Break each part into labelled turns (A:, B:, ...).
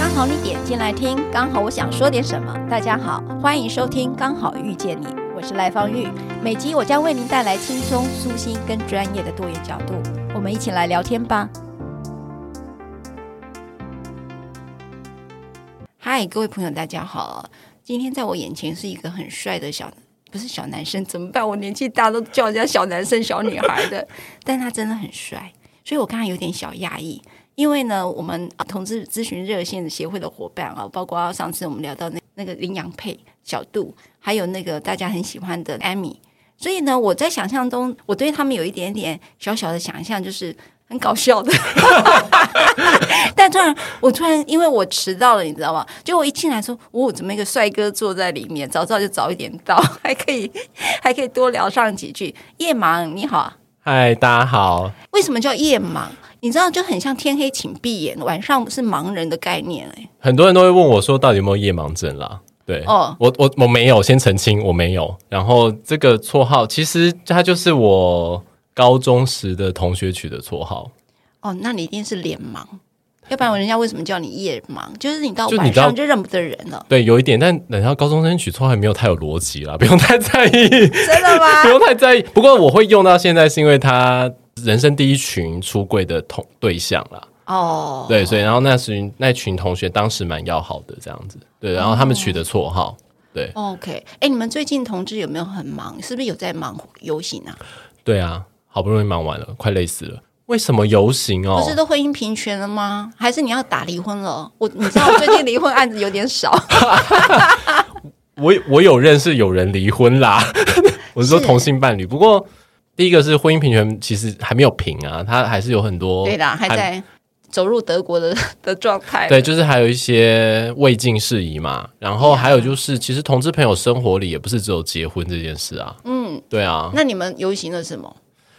A: 刚好你点进来听，刚好我想说点什么。大家好，欢迎收听《刚好遇见你》，我是赖芳玉。每集我将为您带来轻松、舒心跟专业的多元角度，我们一起来聊天吧。嗨，各位朋友，大家好。今天在我眼前是一个很帅的小，不是小男生，怎么办？我年纪大都叫人家小男生、小女孩的，但他真的很帅，所以我刚才有点小讶异。因为呢，我们啊同志咨询热线的协会的伙伴啊，包括上次我们聊到那那个林阳配、小杜，还有那个大家很喜欢的艾米，所以呢，我在想象中，我对他们有一点点小小的想象，就是很搞笑的。但突然，我突然因为我迟到了，你知道吗？就我一进来说，哦，怎么一个帅哥坐在里面？早知道就早一点到，还可以还可以多聊上几句。夜盲，你好。
B: 嗨，大家好。
A: 为什么叫夜盲？你知道，就很像天黑请闭眼，晚上是盲人的概念哎、
B: 很多人都会问我说，到底有没有夜盲症啦？对，
A: 哦
B: 我我我没有，先澄清我没有。然后这个绰号其实它就是我高中时的同学取的绰号，
A: 哦，那你一定是脸盲，要不然人家为什么叫你夜盲？就是你到
B: 就你
A: 晚
B: 知道
A: 上就认不得人了，
B: 对，有一点。但等到高中生取绰号也没有太有逻辑啦，不 用太在意，
A: 真的
B: 不
A: 吗？
B: 用太在意。不过我会用到现在，是因为他人生第一群出柜的同对象啦。
A: 哦，
B: 对，所以然后那群那群同学当时蛮要好的这样子，对，然后他们取
A: 哦
B: 的绰号，对，
A: ，OK，哎，你们最近同志有没有很忙？是不是有在忙游行啊？
B: 对啊，好不容易忙完了，快累死了。为什么游行哦
A: 不？是都婚姻平权了吗？还是你要打离婚了？我你知 道我最近离婚案子有点 少，
B: 哦我我有认识有人离婚啦， 我是说
A: 是
B: 同性伴侣。不过第一个是婚姻平权，其实还没有平啊，它还是有很多
A: 对啦，还在走入德国的 的状态。
B: 对，就是还有一些未尽事宜嘛。然后还有就是，其实同志朋友生活里也不是只有结婚这件事啊。嗯，对啊。
A: 那你们游行了什么？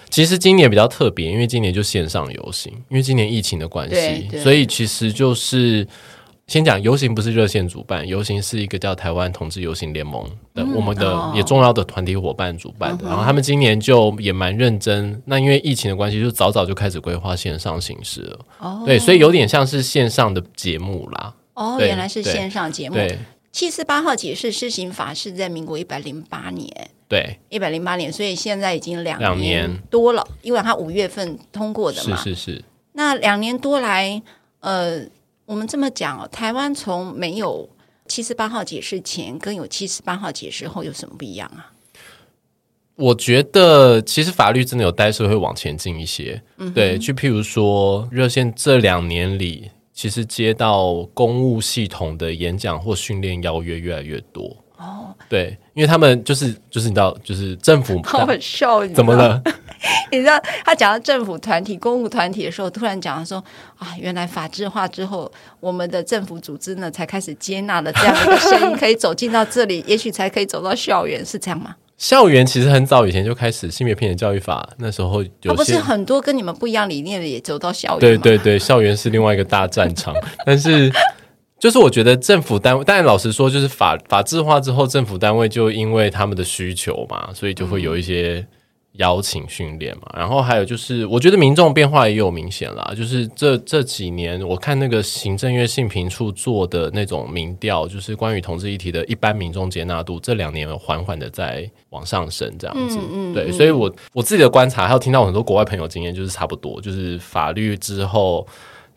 B: 其实今年比较特别，因为今年就线上游行，因为今年疫情的关
A: 对
B: 系
A: 对，
B: 所以其实就是先讲游行不是热线主办，游行是一个叫台湾同志游行联盟的、我们的、
A: 哦嗯
B: 也重要的团体伙伴主办的，然后他们今年就也蛮认真，那因为疫情的关系，就早早就开始规划线上形式了，
A: 哦
B: 对，所以有点像是线上的节目啦，
A: 哦，
B: 对
A: 原来是
B: 对
A: 线上节目。
B: 对
A: 七四八号解释施行法是在民国一百零八年，
B: 对，
A: 一百零八年，所以现在已经两
B: 两
A: 年
B: 年
A: 多了，因为它五月份通过的
B: 是
A: 嘛。
B: 是是，
A: 那两年多来，呃，我们这么讲哦，台湾从没有七四八号解释前跟有七四八号解释后有什么不一样啊？
B: 我觉得其实法律真的有待社会往前进一些，
A: 嗯
B: 对，就譬如说热线这两年里，其实接到公务系统的演讲或训练邀约越来越多。哦，对，因为他们就是就是你知道，就是政府
A: 好很笑，你知道
B: 怎么？了？
A: 你知道他讲到政府团体、公务团体的时候，突然讲到说啊，原来法制化之后，我们的政府组织呢才开始接纳了这样的一个声音，可以走进到这里，也许才可以走到校园，是这样吗？
B: 校园其实很早以前就开始性别平等教育法，那时候
A: 他
B: 有
A: 啊哦不
B: 些
A: 是很多跟你们不一样理念的也走到校园
B: 对
A: 吗
B: 对对，校园是另外一个大 战场，但是。就是我觉得政府单位，但老实说，就是法法制化之后，政府单位就因为他们的需求嘛，所以就会有一些邀请训练嘛。然后还有就是，我觉得民众变化也有明显啦。就是这这几年，我看那个行政院信评处做的那种民调，就是关于同志议题的一般民众接纳度，这两年有缓缓的在往上升，这样子。对，所以我我自己的观察，还有听到很多国外朋友经验，就是差不多，就是法律之后，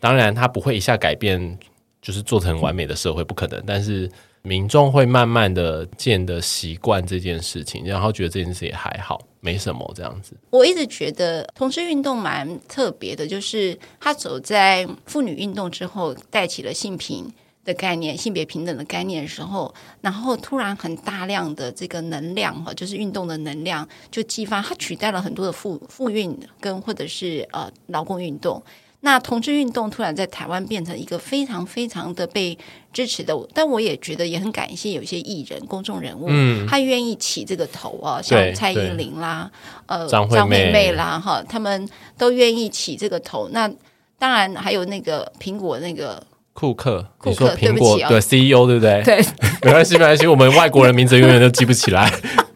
B: 当然它不会一下改变，就是做成完美的社会，不可能，但是。民众会慢慢的渐的习惯这件事情，然后觉得这件事也还好，没什么这样子。
A: 我一直觉得同志运动蛮特别的，就是它走在妇女运动之后，带起了性平的概念、性别平等的概念的时候，然后突然很大量的这个能量哈，就是运动的能量就激发，它取代了很多的妇妇运跟或者是呃劳工运动。那同志运动突然在台湾变成一个非常非常的被支持的，但我也觉得也很感谢有一些艺人、公众人物，
B: 嗯
A: 他愿意起这个头啊，
B: 对
A: 像蔡依林啦，呃，
B: 张惠
A: 惠
B: 妹
A: 妹啦，哈，他们都愿意起这个头。那当然还有那个苹果那个，
B: 库克，
A: 库克
B: 你说苹果
A: 对不起哦
B: 对 CEO 对不对？
A: 对，
B: 没关系，没关系，我们外国人名字永远都记不起 来，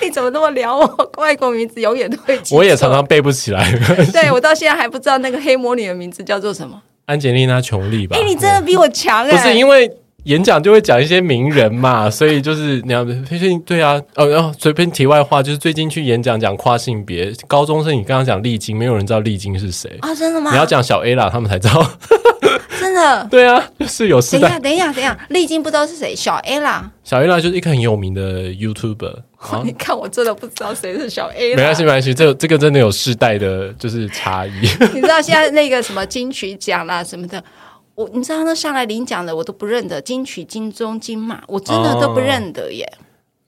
A: 你怎么那么聊我？外国名字永远都会记错，
B: 我也常常背不起来。
A: 对我到现在还不知道那个黑魔女的名字叫做什么。
B: 安吉丽娜·琼丽吧？
A: 哎、你真的比我强哎、
B: 不是因为演讲就会讲一些名人嘛， 所以就是你要最近对啊，哦，然后随便题外话，就是最近去演讲讲跨性别高中生，你刚刚讲丽晶，没有人知道丽晶是谁，
A: 啊、真的吗？
B: 你要讲小 A 啦，他们才知道。
A: 真的？
B: 对啊，就是有时
A: 等一下，
B: 代
A: 等一下，等一下，丽晶不知道是谁，小 A 啦。
B: 小 A 啦，就是一个很有名的 YouTuber
A: 。
B: 啊
A: 你看，我真的不知道谁是小 A 啦。
B: 没关系，没关系，这这个真的有世代的，就是差异。
A: 你知道现在那个什么金曲奖啦什么的，我你知道那上来领奖的我都不认得，金曲、金钟、金马，我真的
B: 哦
A: 都不认得耶。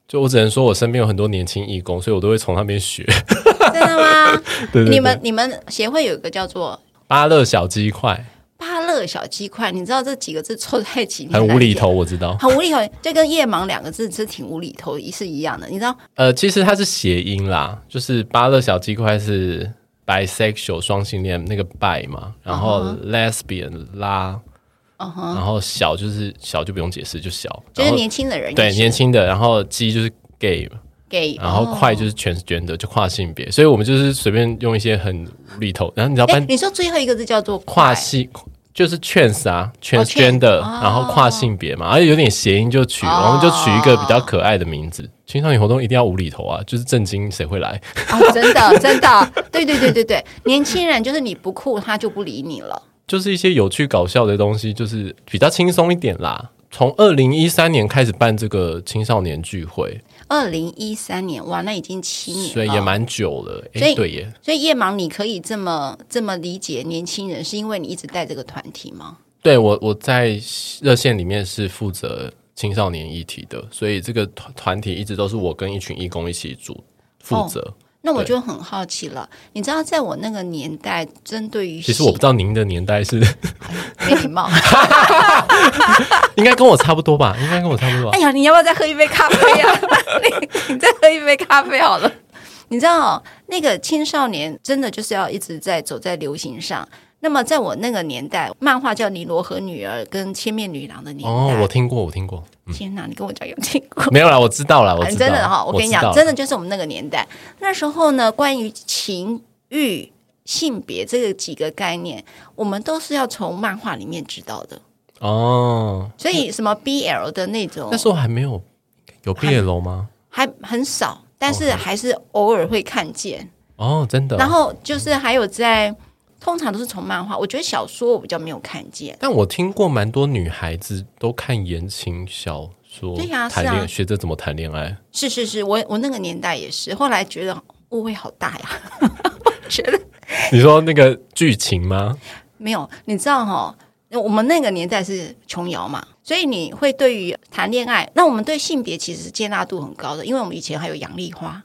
B: 就我只能说，我身边有很多年轻义工，所以我都会从那边学。
A: 真的吗？
B: 对对对
A: 你们你们协会有一个叫做
B: 巴乐小鸡块
A: 巴乐小鸡块，你知道这几个字凑在一起
B: 很无厘。头，
A: 你
B: 我 知道。
A: 很难解很无厘头，就跟“夜盲”两个字是挺无厘头一是一样的，你知道？
B: 呃，其实它是谐音啦，就是巴勒小鸡块是 bisexual 双性恋那个 bi 嘛，然后 lesbian 拉，
A: 嗯哼，
B: 然后小就是小就不用解释，就小，
A: 就是
B: 然后
A: 年轻的人也
B: 对
A: 是
B: 年轻的，然后鸡就是 gay，嘛
A: 给，
B: 然后
A: 哦
B: 快就是 transgender 就跨性别，所以我们就是随便用一些很无厘头，然后你知道
A: 哎
B: 班，
A: 你说最后一个字叫做
B: 跨
A: 快
B: 系。就是 trans 啊
A: ，trans，
B: ，transgender，、
A: 哦
B: 然后跨性别嘛，而啊且有点谐音就取，
A: 哦
B: 我们就取一个比较可爱的名字。青少年活动一定要无厘头啊，就是震惊谁会来？
A: 哦，真的，真的，对对对对对，年轻人就是你不酷，他就不理你了。
B: 就是一些有趣搞笑的东西，就是比较轻松一点啦。从二零一三年开始办这个青少年聚会，
A: 二零一三年，哇，那已经七年了，
B: 所以也蛮久了。哎、
A: 嗯哦所以
B: 对耶，
A: 所以夜盲，你可以这么这么理解年轻人，是因为你一直带这个团体吗？
B: 对我我在热线里面是负责青少年议题的，所以这个团团体一直都是我跟一群义工一起主负责。
A: 那我
B: 对
A: 就很好奇了，你知道，在我那个年代，针对于
B: 其实我不知道您的年代是，
A: 没礼貌。
B: 应该跟我差不多吧？应该跟我差不多吧
A: 哎。呀，你要不要再喝一杯咖啡 啊？你你再喝一杯咖啡好了。你知道、那个青少年真的就是要一直在走在流行上。那么，在我那个年代，漫画叫《尼罗河女儿》跟《千面女郎》的年代，
B: 哦，我听过，我听过，
A: 天哪，你跟我讲有听过？
B: 没有啦，我知道啦，我
A: 啊
B: 知道，
A: 真的哈、我跟你
B: 知道
A: 讲，
B: 啦
A: 真的就是我们那个年代，那时候呢，关于情欲、性别这个几个概念，我们都是要从漫画里面知道的。
B: 哦。
A: 所以，什么 BL 的那种
B: 那时候还没有有毕业楼吗？
A: 还很少，但是还是偶尔会看见。
B: 哦，真哦的。
A: 然后就是还有在，通常都是从漫画，我觉得小说我比较没有看见。
B: 但我听过蛮多女孩子都看言情小说，
A: 对呀
B: 谈恋
A: 是
B: 爱
A: 啊
B: 学着怎么谈恋爱。
A: 是是是，我我那个年代也是，后来觉得哦误会好大呀，我觉得
B: 你说那个剧情吗？
A: 没有，你知道哈、我们那个年代是琼瑶嘛，所以你会对于谈恋爱，那我们对性别其实是接纳度很高的，因为我们以前还有杨丽花，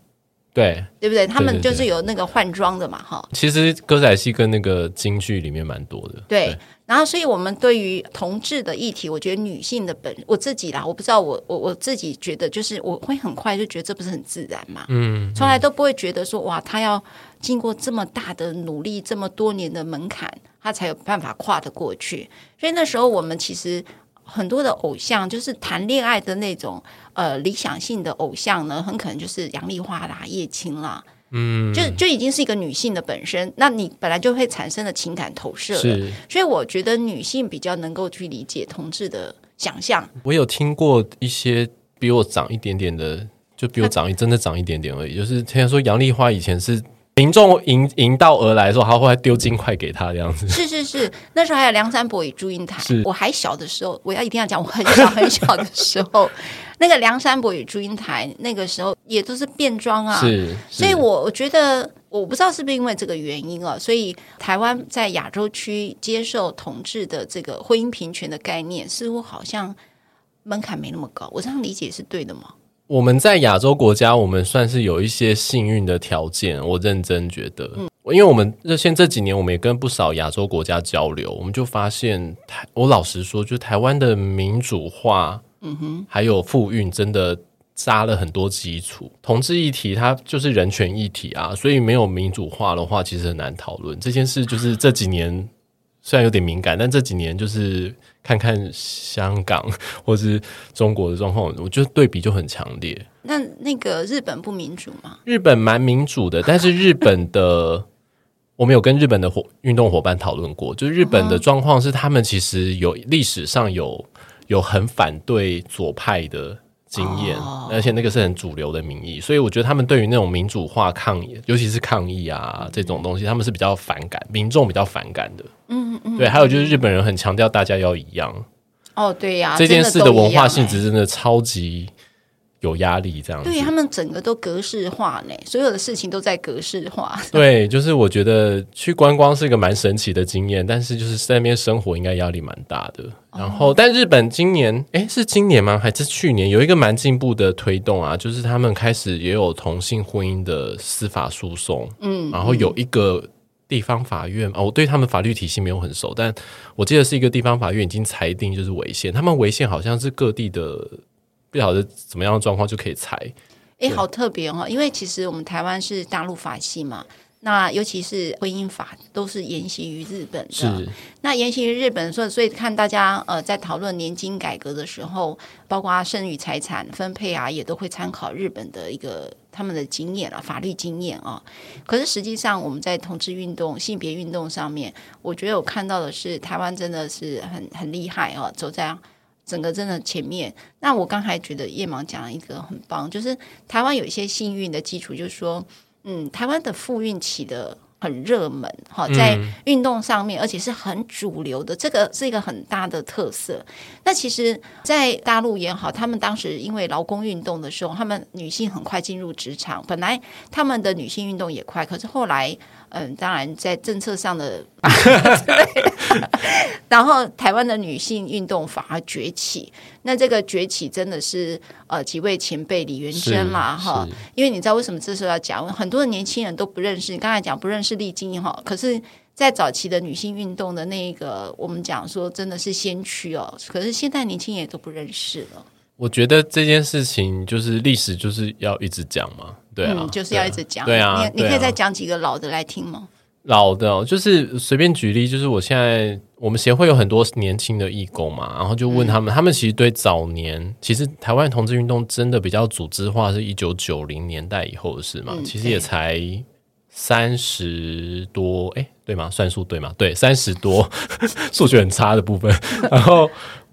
B: 对，
A: 对不对？他
B: 对
A: 们
B: 对
A: 就是有那个换装的嘛，哈。
B: 其实歌仔戏跟那个京剧里面蛮多的。
A: 对，然后所以我们对于同志的议题，我觉得女性的本我自己啦，我不知道我我我自己觉得就是我会很快就觉得这不是很自然嘛，嗯，从来都不会觉得说哇，他要经过这么大的努力，这么多年的门槛，他才有办法跨得过去。所以那时候我们其实。很多的偶像就是谈恋爱的那种，呃，理想性的偶像呢，很可能就是杨丽花啦、叶青啦，嗯，就就已经是一个女性的本身，那你本来就会产生的情感投射了，
B: 是
A: 所以我觉得女性比较能够去理解同志的想象。
B: 我有听过一些比我长一点点的，就比我长一真的长一点点而已。就是听说杨丽花以前是民众迎迎到而来的时候，她会丢金块给她这样子。
A: 是是是，那时候还有梁山伯与祝英台
B: 是。
A: 我还小的时候，我要一定要讲，我很小很小的时 候，那个梁山伯与祝英台，那个时候也都是变装啊。
B: 是，
A: 所以
B: 是
A: 我我觉得，我不知道是不是因为这个原因啊，所以台湾在亚洲区接受同志的这个婚姻平权的概念，似乎好像门槛没那么高。我这样理解是对的吗？
B: 我们在亚洲国家，我们算是有一些幸运的条件，我认真觉得，因为我们热线这几年，我们也跟不少亚洲国家交流，我们就发现台，我老实说，就台湾的民主化，嗯哼，还有妇运，真的扎了很多基础。同志议题它就是人权议题啊，所以没有民主化的话，其实很难讨论这件事。就是这几年虽然有点敏感，但这几年就是看看香港或是中国的状况，我觉得对比就很强烈。
A: 那那个日本不民主吗？
B: 日本蛮民主的，但是日本的 我们有跟日本的伙运动伙伴讨论过，就是日
A: 嗯
B: 本的状况是他们其实有历史上有有很反对左派的经验，
A: 哦
B: 而且那个是很主流的民意，所以我觉得他们对于那种民主化抗议，尤其是抗议啊这种东西，他们是比较反感，民众比较反感的。
A: 嗯嗯嗯，
B: 对，还有就是日本人很强调大家要一样，
A: 哦，对呀、
B: 这件
A: 真
B: 事
A: 都
B: 的文
A: 一样
B: 化性
A: 哎
B: 质真的超级有压力，这样子。
A: 对他们整个都格式化呢，所有的事情都在格式化。
B: 对，就是我觉得去观光是一个蛮神奇的经验，但是就是在那边生活应该压力蛮大的。
A: 哦
B: 然后，但日本今年，诶，是今年吗？还是去年有一个蛮进步的推动啊，就是他们开始也有同性婚姻的司法诉讼，嗯，然后有一个地方法院哦，我对他们法律体系没有很熟，但我记得是一个地方法院已经裁定就是违宪，他们违宪好像是各地的不晓得怎么样的状况就可以裁，
A: 哎，好特别哦，因为其实我们台湾是大陆法系嘛，那尤其是婚姻法都是沿袭于日本的。
B: 啊
A: 那沿袭于日本，所以所以看大家呃在讨论年金改革的时候，包括剩余财产分配啊，也都会参考日本的一个他们的经验啊，法律经验啊。可是实际上我们在同志运动、性别运动上面，我觉得我看到的是台湾真的是很很厉害啊，走在。整个真的前面，那我刚才觉得叶芒讲了一个很棒，就是台湾有一些幸运的基础，就是说，嗯，台湾的妇运起的很热门，哈，
B: 嗯
A: 在运动上面，而且是很主流的，这个是一个很大的特色。那其实，在大陆也好，他们当时因为劳工运动的时候，他们女性很快进入职场，本来他们的女性运动也快，可是后来，嗯，当然在政策上的 之类的，然后台湾的女性运动反而崛起。那这个崛起真的是呃几位前辈李元
B: 是
A: 珍啦，哈，
B: 是
A: 因为你知道为什么这时候要讲？很多的年轻人都不认识，你刚才讲不认识丽晶哈，可是，在早期的女性运动的那个，我们讲说真的是先驱哦，可是现在年轻人也都不认识了，
B: 我觉得这件事情就是历史，就是要一直讲嘛，对啊，
A: 嗯，就是要一直讲，
B: 对啊，
A: 你你可
B: 对
A: 以
B: 啊
A: 再讲几个老的来听吗？
B: 老的哦、就是随便举例，就是我现在我们协会有很多年轻的义工嘛，然后就问他们，他们其实对早年，其实台湾同志运动真的比较组织化，是一九九零年代以后的事嘛，
A: 嗯
B: 其实也才三十多，哎、对吗？算数对吗？对，三十多， 数学很差的部分， 然后。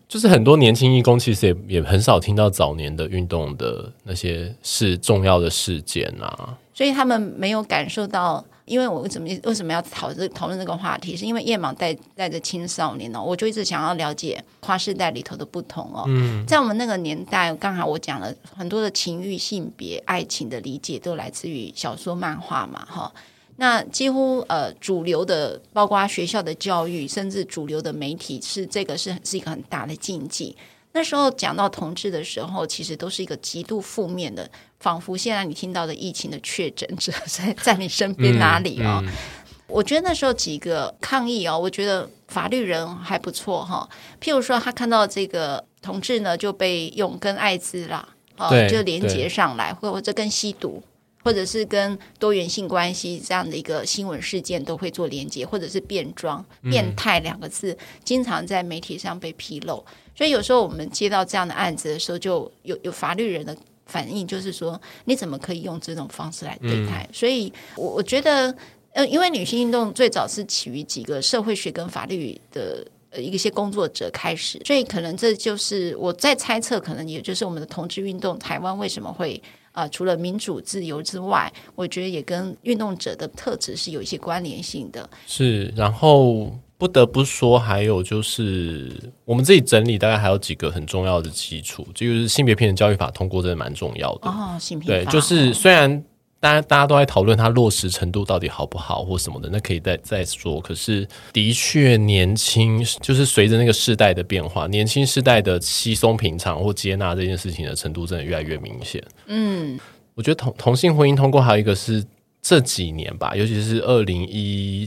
B: 就是很多年轻义工其实也也很少听到早年的运动的那些事重要的事件啊，
A: 所以他们没有感受到，因为我为什么为什么要讨论讨论这个话题，是因为夜盲带带着青少年哦，我就一直想要了解跨世代里头的不同哦。嗯，在我们那个年代，刚好我讲了很多的情欲、性别、爱情的理解都来自于小说、漫画嘛，哈、那几乎呃主流的，包括学校的教育，甚至主流的媒体，是这个是是一个很大的禁忌。那时候讲到同志的时候，其实都是一个极度负面的，仿佛现在你听到的疫情的确诊者在 在你身边哪里哦。我觉得那时候几个抗议哦，我觉得法律人还不错哈、譬如说，他看到这个同志呢就被用跟艾滋啦，哦
B: 对，
A: 就连接
B: 对
A: 上来，或或者跟吸毒，或者是跟多元性关系这样的一个新闻事件都会做连接，或者是变装、变态两个字，经常在媒体上被披露。所以有时候我们接到这样的案子的时候，就有有法律人的反应，就是说你怎么可以用这种方式来对待？所以我我觉得，呃，因为女性运动最早是起于几个社会学跟法律的。呃，一些工作者开始，所以可能这就是我在猜测，可能也就是我们的同志运动，台湾为什么会啊、呃除了民主自由之外，我觉得也跟运动者的特质是有一些关联性的。
B: 是，然后不得不说，还有就是我们自己整理，大概还有几个很重要的基础，这就是性别平等教育法通过，真的蛮重要的。
A: 哦，性平
B: 对，
A: 法
B: 就是虽然大家大家都在讨论它落实程度到底好不好或什么的，那可以再再说。可是的确，年轻就是随着那个世代的变化，年轻世代的稀松平常或接纳这件事情的程度，真的越来越明显。嗯，我觉得同同性婚姻通过还有一个是这几年吧，尤其是二零一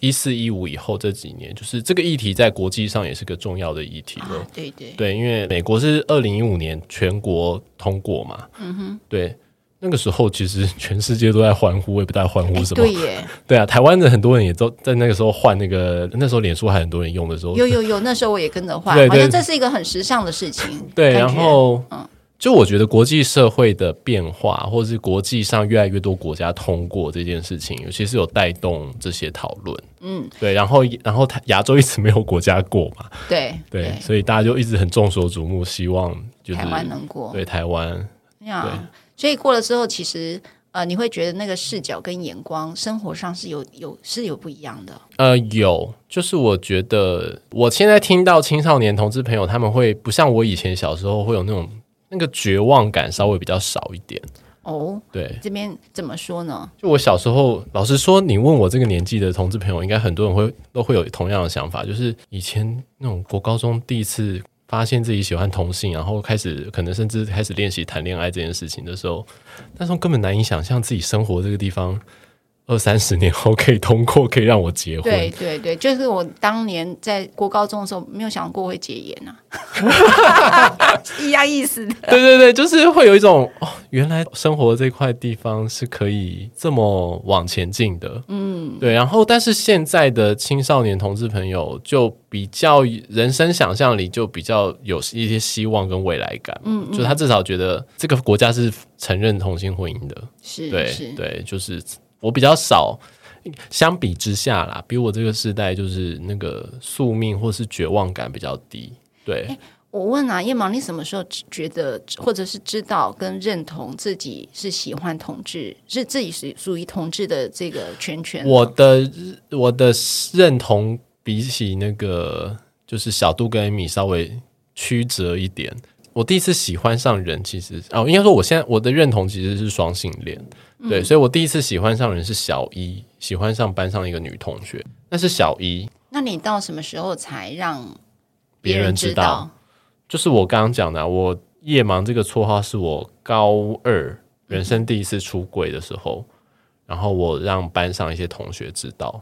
B: 一四一五以后这几年，就是这个议题在国际上也是个重要的议题了。
A: 啊，对对，
B: 对，因为美国是二零一五年全国通过嘛，嗯哼，对，那个时候其实 全世界都在欢呼，我也不知道欢呼
A: 哎
B: 什么。
A: 对 耶，
B: 对啊，台湾的很多人也都在那个时候换那个，那时候脸书还很多人用的时候，
A: 有有有，那时候我也跟着画，
B: 对
A: 好
B: 对
A: 像这是一个很时尚的事情。
B: 对，
A: 感觉
B: 然后
A: 嗯
B: 就我觉得国际社会的变化，或者是国际上越来越多国家通过这件事情，尤其是有带动这些讨论，
A: 嗯，
B: 对，然后然后它亚洲一直没有国家过嘛，
A: 对
B: 对，所以大家就一直很众所瞩目，希望就是
A: 台湾哦能过，
B: 对台湾，
A: 呀，所以过了之后，其实呃，你会觉得那个视角跟眼光，生活上是有有是有不一样的。
B: 呃，有，就是我觉得我现在听到青少年同志朋友，他们会不像我以前小时候会有那种那个绝望感，稍微比较少一点。
A: 哦，
B: 对，
A: 这边怎么说呢？
B: 就我小时候，老实说，你问我这个年纪的同志朋友，应该很多人会都会有同样的想法，就是以前那种国高中第一次发现自己喜欢同性，然后开始可能甚至开始练习谈恋爱这件事情的时候，那时候根本难以想象自己生活这个地方二三十年后可以通过，可以让我结婚。
A: 对对对，就是我当年在国高中的时候，没有想过会戒烟 啊，一样意思的。
B: 对对对，就是会有一种哦，原来生活这块地方是可以这么往前进的，嗯，对。然后，但是现在的青少年同志朋友就比较人生想象力就比较有一些希望跟未来感，嗯就他至少觉得这个国家是承认同性婚姻的，
A: 是
B: 对
A: 是，
B: 对，就是我比较少。相比之下啦，比我这个时代就是那个宿命或是绝望感比较低，对。
A: 我问啊，叶芒，你什么时候觉得，或者是知道跟认同自己是喜欢同志，是自己是属于同志的这个圈圈呢？
B: 我的我的认同比起那个就是小度跟米稍微曲折一点。我第一次喜欢上人，其实哦，应该说我现在我的认同其实是双性恋，对，所以我第一次喜欢上人是小一，喜欢上班上一个女同学，那是小一，
A: 那你到什么时候才让
B: 别人知
A: 知
B: 道？就是我刚刚讲的啊、我夜盲这个绰号是我高二人生第一次出柜的时候，然后我让班上一些同学知道，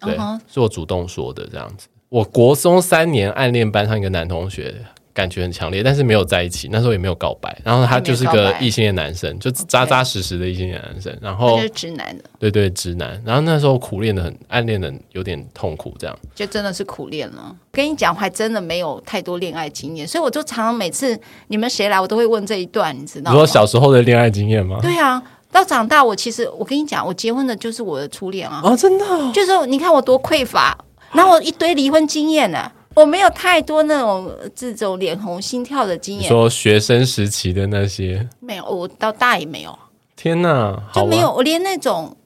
B: 对
A: 嗯哼
B: 是我主动说的这样子。我国中三年暗恋班上一个男同学，感觉很强烈，但是没有在一起，那时候也没有告白。然后他就是
A: 没有告
B: 个
A: 白
B: 异性恋男生，就扎扎实实的异性恋男生。然后
A: 那就是直男的，
B: 对对直男，然后那时候苦练的很，暗恋的有点痛苦这样。
A: 就真的是苦练了。跟你讲，我还真的没有太多恋爱经验，所以我就常常每次你们谁来，我都会问这一段，你知
B: 你
A: 道吗？
B: 说小时候的恋爱经验吗？
A: 对啊，到长大我其实我跟你讲，我结婚的就是我的初恋啊，
B: 啊，真的哦、
A: 就是你看我多匮乏，然后我一堆离婚经验呢、我没有太多那种呃这种脸红心跳的经
B: 你
A: 验，
B: 说学生时期的那些，
A: 没有，我到大也没有，
B: 天哪，
A: 就
B: 好吧
A: 没有，我连那种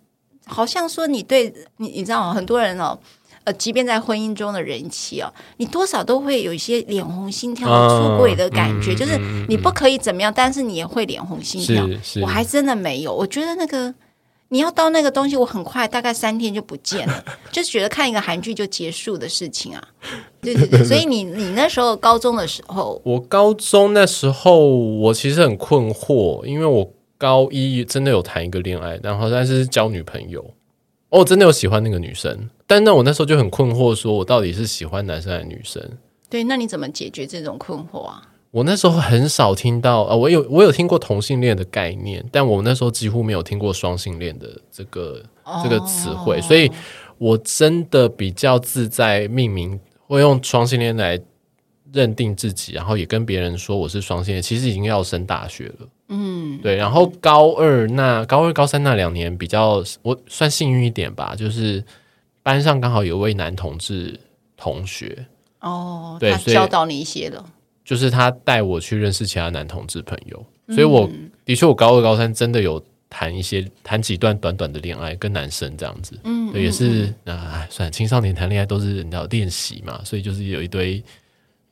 A: 好像说你对你，你知道哦很多人哦，呃，即便在婚姻中的人妻哦，你多少都会有一些脸红心跳、
B: 嗯
A: 出轨的感觉，
B: 嗯
A: 就是你不可以怎么样，但是你也会脸红心跳。
B: 是是
A: 我还真的没有，我觉得那个。你要到那个东西，我很快，大概三天就不见了， 就是觉得看一个韩剧就结束的事情啊。对对 对，所以你你那时候高中的时候，
B: 我高中那时候，我其实很困惑，因为我高一真的有谈一个恋爱，然后但是是交女朋友，哦，我真的有喜欢那个女生，但那我那时候就很困惑，说我到底是喜欢男生还是女生？
A: 对，那你怎么解决这种困惑啊？
B: 我那时候很少听到啊、呃我有我有听过同性恋的概念，但我那时候几乎没有听过双性恋的这个这个词汇，所以我真的比较自在命名，会用双性恋来认定自己，然后也跟别人说我是双性恋。其实已经要升大学了，嗯，对。然后高二那高二高三那两年比较，我算幸运一点吧，就是班上刚好有位男同志同学，
A: 哦，
B: 对
A: 他
B: 所以
A: 教导你一些了。
B: 就是他带我去认识其他男同志朋友，所以我、的确我高二高三真的有谈一些谈几段短短的恋爱，跟男生这样子，嗯，对，也是啊，哎算了青少年谈恋爱都是你知道练习嘛，所以就是有一堆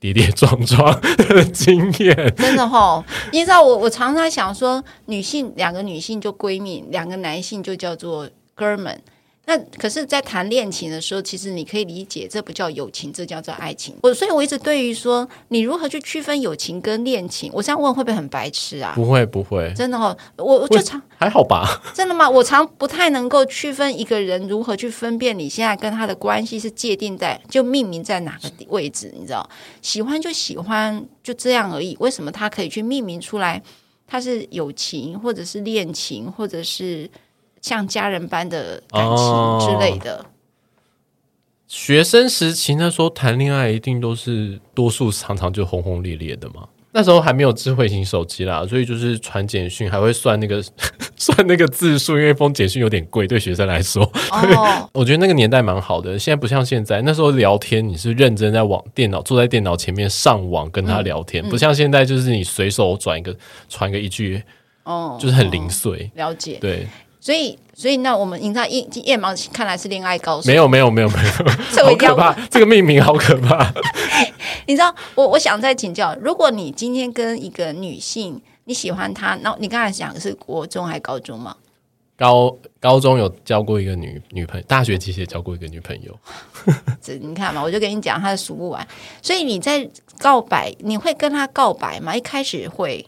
B: 跌跌撞撞的经 验，
A: 真的哈、 你知道我我常常想说，女性两个女性就闺蜜，两个男性就叫做哥们。那可是，在谈恋情的时候，其实你可以理解，这不叫友情，这叫做爱情。我所以，我一直对于说你如何去区分友情跟恋情，我这样问会不会很白痴啊？
B: 不会不会，
A: 真的哦，我我就常
B: 还好吧？
A: 真的吗？我常不太能够区分一个人如何去分辨你现在跟他的关系是界定在就命名在哪个地位置，你知道？喜欢就喜欢，就这样而已。为什么他可以去命名出来？他是友情，或者是恋情，或者是像家人般的感情之类的。
B: 学生时期那时候谈恋爱一定都是多数常常就轰轰烈烈的嘛。那时候还没有智慧型手机啦，所以就是传简讯还会算那个 算那个字数，因为一封简讯有点贵，对学生来说。
A: 哦，
B: 我觉得那个年代蛮好的，现在不像现在。那时候聊天你是认真在网电脑坐在电脑前面上网跟他聊天，不像现在就是你随手转一个传个一句，
A: 哦，
B: 就是很零碎。
A: 了解。
B: 对，
A: 所以，所以那我们你知道夜夜盲看来是恋爱高手
B: 没，有没有没有没有，
A: 这我
B: 好
A: 一定
B: 可
A: 要
B: 怕，这个命名好可怕。
A: 你知道，我我想再请教，如果你今天跟一个女性，你喜欢她，那你刚才讲的是国中还高中吗？
B: 高高中有交过一个女女朋友，大学其实也交过一个女朋友。
A: 这你看嘛，我就跟你讲，她数不完。所以你在告白，你会跟她告白吗？一开始会，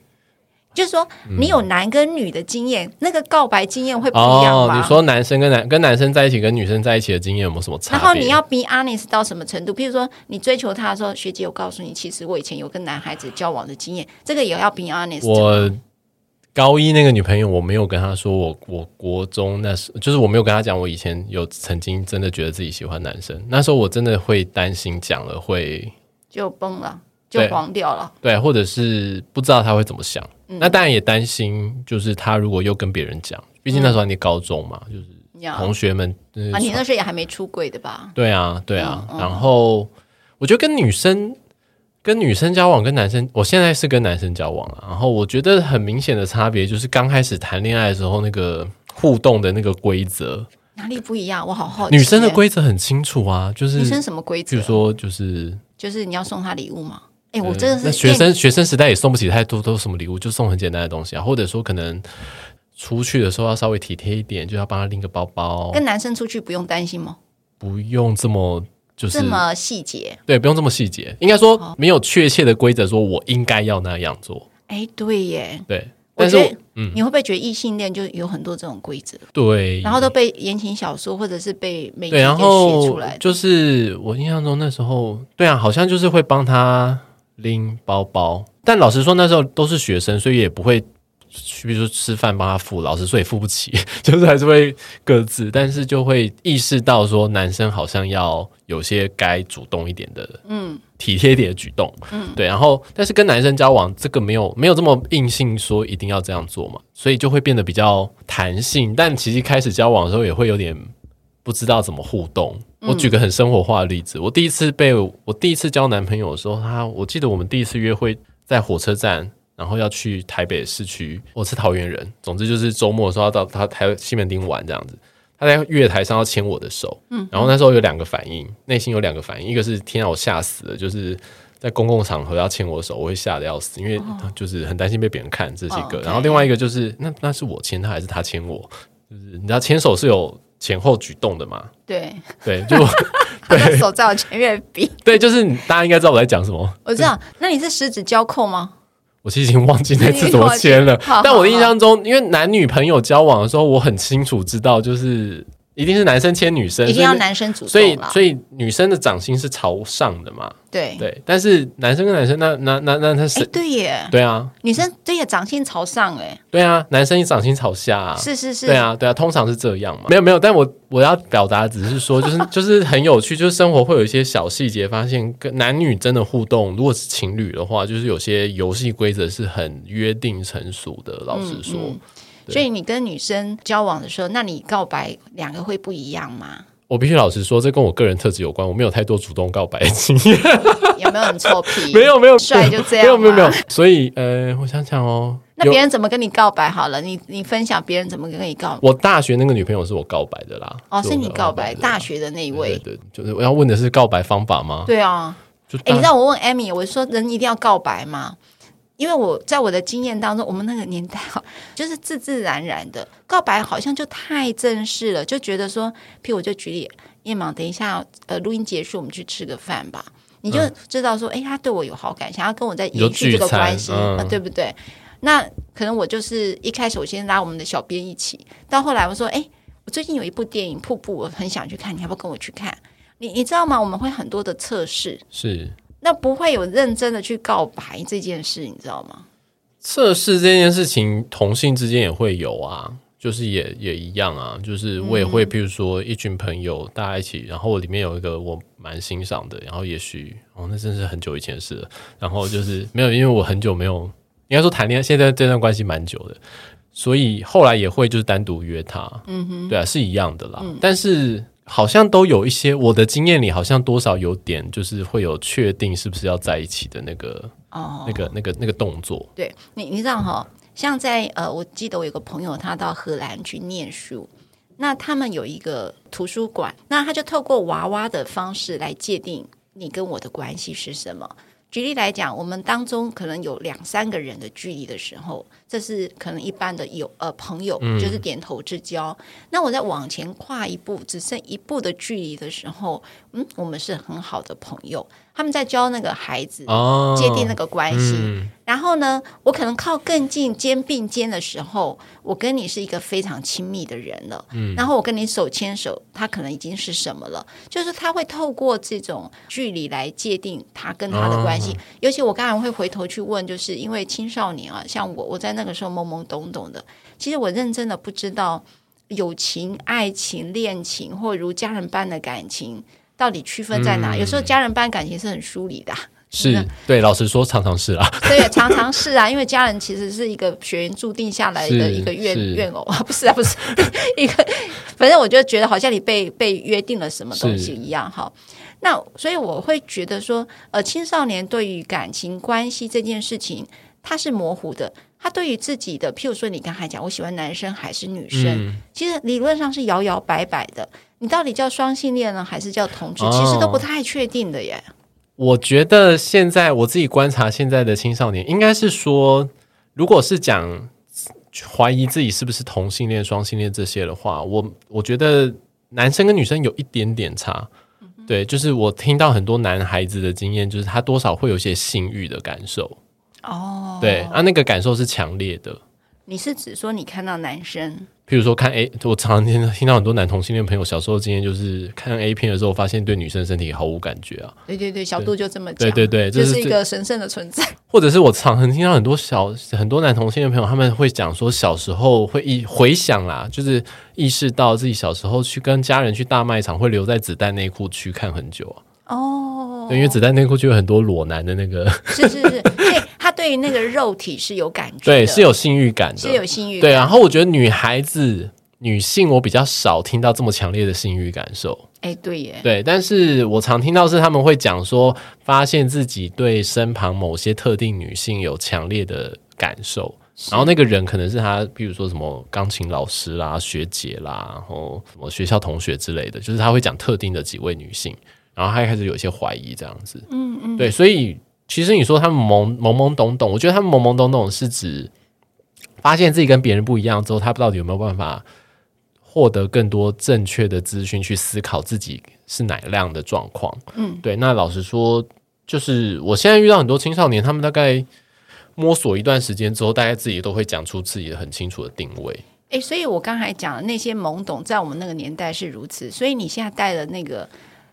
A: 就是说你有男跟女的经验，那个告白经验会不一样
B: 哦
A: 吧？，
B: 你说男生跟男跟男生在一起跟女生在一起的经验有没有什么差别？
A: 然后你要 be honest 到什么程度？譬如说，你追求他的时候，学姐，我告诉你，其实我以前有跟男孩子交往的经验，这个也要 be honest。
B: 我高一那个女朋友，我没有跟她说我我国中那时，就是我没有跟她讲我以前有曾经真的觉得自己喜欢男生，那时候我真的会担心讲了会
A: 就崩了，就
B: 对
A: 黄掉了。
B: 对，啊或者是不知道她会怎么想。
A: 嗯
B: 那当然也担心，就是她如果又跟别人讲，毕竟那时候还念高中嘛，就是
A: 你知道
B: 同学们呃就是
A: 嗯啊，你那时候也还没出柜的吧？
B: 对啊，对啊。
A: 嗯
B: 然后我觉得跟女生跟女生交往，跟男生，我现在是跟男生交往啊了。然后我觉得很明显的差别就是，刚开始谈恋爱的时候，那个互动的那个规则，
A: 哪里不一样？我好好奇耶。
B: 女生的规则很清楚啊，就是
A: 哦女生什么规
B: 比
A: 则
B: 如？说就是。
A: 就是你要送她礼物吗？哎，
B: 呃
A: 我真的
B: 那
A: 是
B: 学
A: 恋
B: 生学生时代也送不起太多都什么礼物，就送很简单的东西啊，或者说可能出去的时候要稍微体贴一点，就要帮他拎个包包，
A: 跟男生出去不用担心吗？
B: 不用这么就是
A: 这么细节？
B: 对，不用这么细节，应该说没有确切的规则，说我应该要那样做。
A: 哎，对耶。
B: 对，
A: 我
B: 但
A: 觉
B: 是
A: 得
B: 我，嗯
A: 你会不会觉得异性恋就有很多这种规则，
B: 对，
A: 然后都被言情小说或者是被媒体
B: 对，
A: 给
B: 然
A: 写出
B: 后
A: 来的？
B: 就是我印象中那时候，对啊，好像就是会帮他拎包包，但老实说那时候都是学生，所以也不会。比如说吃饭帮他付，老实说也付不起， 就是还是会各自，但是就会意识到说男生好像要有些该主动一点的，嗯，体贴一点的举动，嗯， 对。然后，但是跟男生交往这个没有没有这么硬性说一定要这样做嘛，所以就会变得比较弹性。但其实开始交往的时候也会有点不知道怎么互动。我举个很生活化的例子，我第一次被我第一次交男朋友的时候，他我记得我们第一次约会在火车站，然后要去台北市区，我是桃园人，总之就是周末的时候要到他台西门町玩这样子。他在月台上要牵我的手，嗯，然后那时候有两个反应，内心有两个反应，一个是天啊我吓死了，就是在公共场合要牵我的手，我会吓得要死，因为就是很担心被别人看，这是
A: 哦
B: 一个。
A: 哦，OK
B: 然后另外一个就是那那是我牵他还是他牵我？就是你知道牵手是有前后举动的嘛？
A: 对，
B: 对， 就
A: 他的手在我前面比，
B: 对，就是你大家应该知道我在讲什么。
A: 我知道。那你是十指交扣吗？
B: 我其实已经忘记那次怎么签 了
A: 好好，
B: 但我印象中，因为男女朋友交往的时候，我很清楚知道，就是一定是男生牵女生，
A: 一定要男生主
B: 所以
A: 动啦。
B: 所以女生的掌心是朝上的嘛，
A: 对，
B: 对。但是男生跟男生，那那那那那
A: 哎，
B: 是
A: 对耶，
B: 对啊，
A: 女生对耶，掌心朝上，哎，
B: 对啊，男生一掌心朝下啊，
A: 是是是，
B: 对啊，对啊，通常是这样嘛。没有没有，但我我要表达的只是说，就是 就是很有趣，就是生活会有一些小细节，发现跟男女真的互动，如果是情侣的话，就是有些游戏规则是很约定成熟的。老实说，
A: 嗯
B: 对
A: 所以你跟女生交往的时候，那你告白两个会不一样 吗？
B: 我必须老实说，这跟我个人特质有关，我没有太多主动告白的经验。
A: 有没有很臭屁？
B: 没有没有，
A: 帅就这样
B: 没有没有没有
A: 嘛。
B: 所以呃，我想想哦，
A: 那
B: 有
A: 别人怎么跟你告白？好了，你你分享别人怎么跟你告白？
B: 我大学那个女朋友是我告白的啦。
A: 哦，
B: 我
A: 是你告白，
B: 的
A: 大学的那一
B: 对
A: 位。
B: 对，对就是我要问的是告白方法吗？
A: 对啊，
B: 就
A: 哎，
B: 大
A: 你知道我问 Amy，我说人一定要告白吗？因为我在我的经验当中，我们那个年代 哦，就是自自然然的告白，好像就太正式了，就觉得说，譬如我就举例，夜盲，等一下，呃，录音结束，我们去吃个饭吧，你就知道说，哎、他对我有好感，想要跟我再
B: 你就
A: 延续这个
B: 嗯聚餐
A: 关系，
B: 嗯
A: 呃对不对？那可能我就是一开始我先拉我们的小编一起，到后来我说，哎、我最近有一部电影《瀑布》，我很想去看，你要不要跟我去看？你你知道吗？我们会很多的测试，
B: 是
A: 那不会有认真的去告白这件事，你知道吗？
B: 测试这件事情，同性之间也会有啊，就是也也一样啊，就是我也会，譬如说一群朋友大家一起，然后里面有一个我蛮欣赏的，然后也许哦，那真是很久以前的事了。然后就是没有，因为我很久没有，应该说谈恋爱，现在这段关系蛮久的，所以后来也会就是单独约他，嗯哼，对啊，是一样的啦，但是。好像都有一些，我的经验里好像多少有点，就是会有确定是不是要在一起的那个、
A: 哦，
B: 那个、那个、那个动作。
A: 对你，你知道哈、像在呃，我记得我有个朋友，他到荷兰去念书，那他们有一个图书馆，那他就透过娃娃的方式来界定你跟我的关系是什么。举例来讲，我们当中可能有两三个人的距离的时候，这是可能一般的友呃朋友，就是点头之交。那我再往前跨一步，只剩一步的距离的时候，嗯，我们是很好的朋友。他们在教那个孩子
B: 哦，
A: 界定那个关系。
B: 嗯
A: 然后呢，我可能靠更近肩并肩的时候，我跟你是一个非常亲密的人了。嗯，然后我跟你手牵手，他可能已经是什么了？就是他会透过这种距离来界定他跟他的关系。尤其我刚才会回头去问，就是因为青少年啊，像我，我在那个时候懵懵懂懂的，其实我认真的不知道友情、爱情、恋情或如家人般的感情到底区分在哪。有时候家人般感情是很疏离的啊、
B: 是对，老实说，常常是啦。
A: 对，常常是啊，因为家人其实是一个血缘注定下来的
B: 是
A: 一个怨
B: 是
A: 怨偶 啊，不是啊，不是一个，反正我就觉得好像你被被约定了什么东西
B: 是
A: 一样哈。那所以我会觉得说，呃，青少年对于感情关系这件事情，他是模糊的。他对于自己的，譬如说你刚才讲，我喜欢男生还是女生，
B: 嗯
A: 其实理论上是摇摇摆摆的。你到底叫双性恋呢，还是叫同志？其实都不
B: 哦
A: 太确定的耶。
B: 我觉得现在我自己观察现在的青少年，应该是说，如果是讲怀疑自己是不是同性恋、双性恋这些的话，我我觉得男生跟女生有一点点差。
A: 嗯
B: 对，就是我听到很多男孩子的经验，就是他多少会有一些性欲的感受。
A: 哦，
B: 对，啊，那个感受是强烈的。
A: 你是指说你看到男生？
B: 譬如说看 A，我常常听听到很多男同性恋朋友小时候经验，就是看 A 片的时候，发现对女生身体毫无感觉啊。
A: 对对对，小度就这么讲，
B: 对对对，
A: 就
B: 这
A: 是
B: 最
A: 一个神圣的存 在。
B: 或者是我常常听到很多小很多男同性恋朋友，他们会讲说，小时候会意回想啦，就是意识到自己小时候去跟家人去大卖场，会留在子弹内裤区看很久啊。
A: 哦
B: 对，因为子弹内裤就有很多裸男的 那个，
A: 是是是，所以他对于那个肉体是有感觉的，
B: 对，是有性欲感的，
A: 是有性欲，
B: 对。然，后我觉得女孩子、女性，我比较少听到这么强烈的性欲感受。
A: 哎，对耶，
B: 对，但是我常听到是他们会讲说，发现自己对身旁某些特定女性有强烈的感受，然后那个人可能是他，比如说什么钢琴老师啦、学姐啦，然后什么学校同学之类的，就是他会讲特定的几位女性，然后他开始有一些怀疑这样子。嗯嗯，对，所以其实你说他们懵懵懵懂懂，我觉得他们懵懵懂懂是指发现自己跟别人不一样之后，他到底有没有办法？获得更多正确的资讯，去思考自己是哪样的状况。嗯，对。那老实说，就是我现在遇到很多青少年，他们大概摸索一段时间之后，大概自己都会讲出自己的很清楚的定位。
A: 哎，所以我刚才讲的那些懵懂，在我们那个年代是如此，所以你现在带的那个，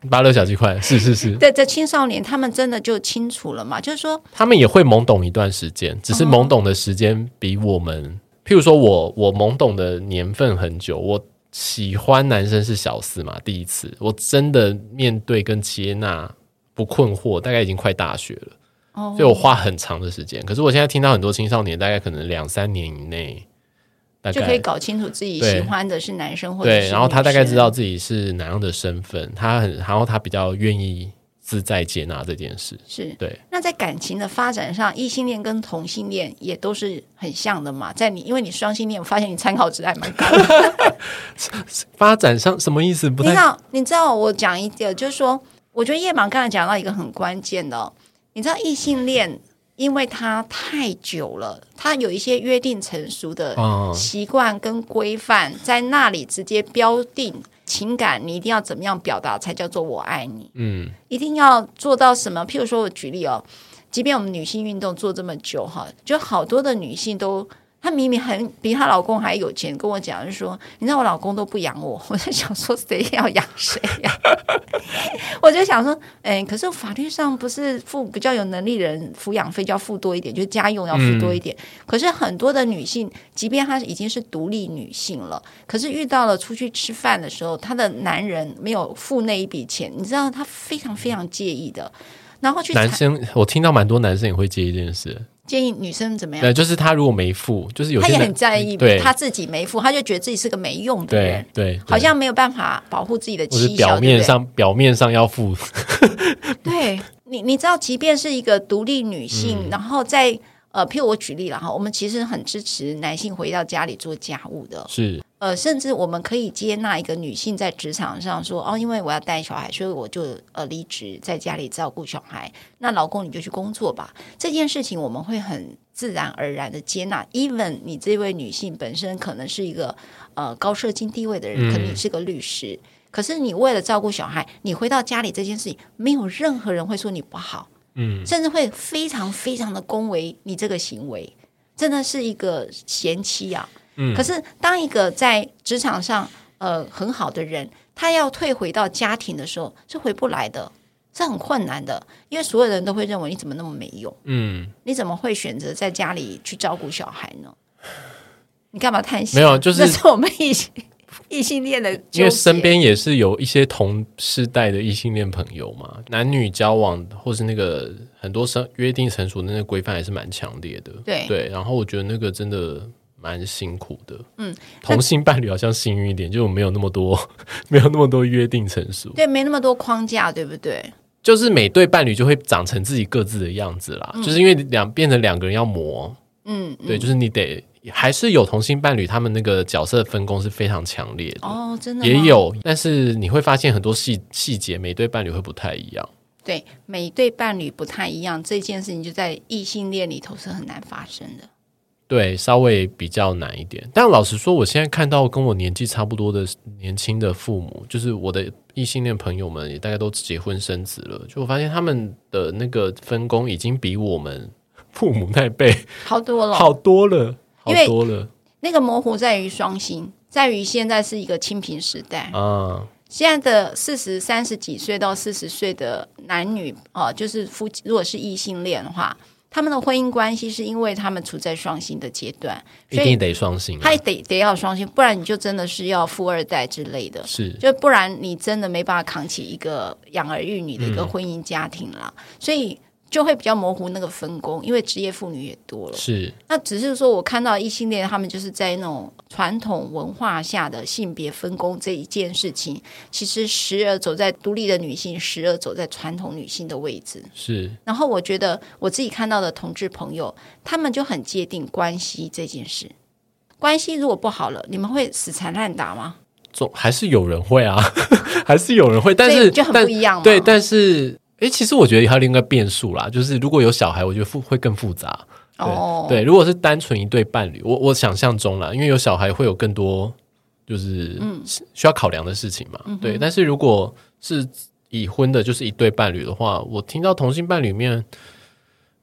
B: 八六小鸡块，是 是是，
A: 对，这青少年他们真的就清楚了嘛？就是说，
B: 他们也会懵懂一段时间，只是懵懂的时间比我们，譬如说我我懵懂的年份很久，我喜欢男生是小四嘛，第一次，我真的面对跟接纳不困惑，大概已经快大学了。
A: 哦
B: 所以我花很长的时间。可是我现在听到很多青少年，大概可能两三年以内，大
A: 就可以
B: 概
A: 搞清楚自己
B: 对
A: 喜欢的是男生或者是
B: 对，然后他大概
A: 女生
B: 知道自己是哪样的身份，他很，然后他比较愿意自在接纳这件事。
A: 是
B: 对，
A: 那在感情的发展上，异性恋跟同性恋也都是很像的嘛。在你因为你双性恋，我发现你参考值还蛮高的。
B: 发展上什么意思？不
A: 你知
B: 太
A: 道，你知道我讲一个，就是说，我觉得叶芒刚才讲到一个很关键的、哦，你知道异性恋因为它太久了，它有一些约定成熟的
B: 哦
A: 习惯跟规范，在那里直接标定情感，你一定要怎么样表达才叫做我爱你，
B: 嗯
A: 一定要做到什么？譬如说，我举例哦，即便我们女性运动做这么久哈，就好多的女性都。她明明很比她老公还有钱，跟我讲就说：“你知道我老公都不养我。” 我在想说，谁要养谁呀、 我就想说，哎、可是法律上不是付比较有能力的人抚养费就要付多一点，就家用要付多一点。可是很多的女性，即便她已经是独立女性了，可是遇到了出去吃饭的时候，她的男人没有付那一笔钱，你知道她非常非常介意的。然后去
B: 男
A: 查
B: 生我听到蛮多男生也会介意这件事，
A: 建议女生怎么样？
B: 对，就是他如果没付，就是有
A: 她
B: 些
A: 也
B: 男
A: 很在意
B: 对，
A: 她自己没付，她就觉得自己是个没用的
B: 对
A: 人，
B: 对，对
A: 好像没有办法保护自己的
B: 或是
A: 妻小，
B: 表
A: 对不
B: 面
A: 对
B: 上表面上要付，
A: 对你，你知道，即便是一个独立女性，
B: 嗯
A: 然后在呃，譬如我举例了哈，我们其实很支持男性回到家里做家务的，
B: 是
A: 呃，甚至我们可以接纳一个女性在职场上说，哦，因为我要带小孩，所以我就呃离职，在家里照顾小孩，那老公你就去工作吧。这件事情我们会很自然而然的接纳，even 你这位女性本身可能是一个呃高社经地位的人，
B: 嗯
A: 可能你是个律师，可是你为了照顾小孩，你回到家里这件事情，没有任何人会说你不好，
B: 嗯，
A: 甚至会非常非常的恭维你这个行为，真的是一个贤妻啊。
B: 嗯
A: 可是当一个在职场上呃很好的人，他要退回到家庭的时候是回不来的，是很困难的，因为所有人都会认为你怎么那么没用，
B: 嗯，
A: 你怎么会选择在家里去照顾小孩呢？你干嘛叹息？
B: 没 有就是
A: 那是我们异性异性恋的纠结，
B: 因为身边也是有一些同世代的异性恋朋友嘛，男女交往或是那个很多生约定成熟的那个规范还是蛮强烈的，
A: 对
B: 对，然后我觉得那个真的。蛮辛苦的，嗯，同性伴侣好像幸运一点，就没有那么多， 没有那么多约定成熟，
A: 对没那么多框架，对不对？
B: 就是每对伴侣就会长成自己各自的样子啦，就是因为两变成两个人要磨，
A: 嗯，
B: 对，就是你得还是有同性伴侣，他们那个角色分工是非常强烈的，
A: 哦，真的吗
B: 嗯也有，但是你会发现很多细细节，每对伴侣会不太一样。
A: 对每对伴侣不太一样，这件事情就在异性恋里头是很难发生的。
B: 对，稍微比较难一点。但老实说，我现在看到跟我年纪差不多的年轻的父母，就是我的异性恋朋友们，也大概都结婚生子了。就我发现他们的那个分工已经比我们父母那辈
A: 好多了，
B: 好多了，好
A: 因为
B: 多了
A: 那个模糊在于双薪，在于现在是一个清贫时代。
B: 啊！
A: 现在的四十三十几岁到四十岁的男女啊、呃就是夫妻，如果是异性恋的话，他们的婚姻关系是因为他们处在双薪的阶段，
B: 一
A: 所以
B: 定得双薪啊，
A: 他也得得要双薪，不然你就真的是要富二代之类的。
B: 是
A: 就不然你真的没办法扛起一个养儿育女的一
B: 嗯
A: 个婚姻家庭啦，所以就会比较模糊那个分工，因为职业妇女也多了。
B: 是，
A: 那只是说我看到异性恋，他们就是在那种传统文化下的性别分工这一件事情，其实时而走在独立的女性，时而走在传统女性的位置。
B: 是
A: 然后我觉得我自己看到的同志朋友，他们就很界定关系这件事。关系如果不好了，你们会死缠烂打吗？
B: 总还是有人会啊， 还是有人会，但
A: 所
B: 是
A: 以就很
B: 但
A: 不一样嘛。
B: 对，但是诶，其实我觉得还有另一个变数啦，就是如果有小孩，我觉得复会更复杂。对、
A: 哦，
B: 对，如果是单纯一对伴侣，我我想象中啦，因为有小孩会有更多就是
A: 嗯
B: 需要考量的事情嘛。对，但是如果是已婚的，就是一对伴侣的话，我听到同性伴侣里面，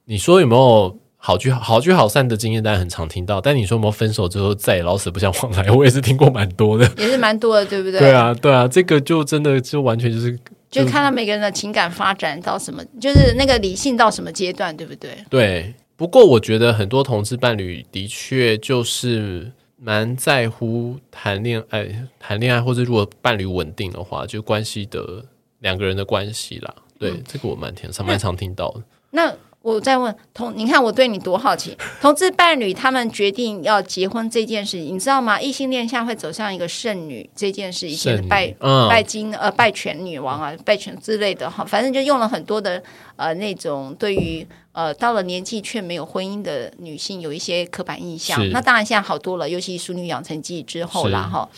B: 你说有没有？好聚好聚好散的经验，大家很常听到。但你说有没有分手之后再也老死不相往来？我也是听过蛮多的。
A: 也是蛮多的，对不对？
B: 对啊，对啊，这个就真的就完全就是
A: 就看到每个人的情感发展到什么，就是那个理性到什么阶段，对不对？
B: 对，不过我觉得很多同志伴侣的确就是蛮在乎谈恋爱，呃谈恋爱或者如果伴侣稳定的话，就关系的两个人的关系啦。对，
A: 嗯
B: 这个我蛮听常蛮常听到的。
A: 那我再问同，你看我对你多好奇，同志伴侣他们决定要结婚这件事情，你知道吗？异性恋下会走向一个剩女这件事，以前
B: 剩
A: 的
B: 女
A: 拜、
B: 嗯
A: 拜金呃拜权女王啊，拜权之类的哈，反正就用了很多的呃那种对于呃到了年纪却没有婚姻的女性有一些刻板印象
B: 是。
A: 那当然现在好多了，尤其《淑女养成记》之后啦
B: 是
A: 哈。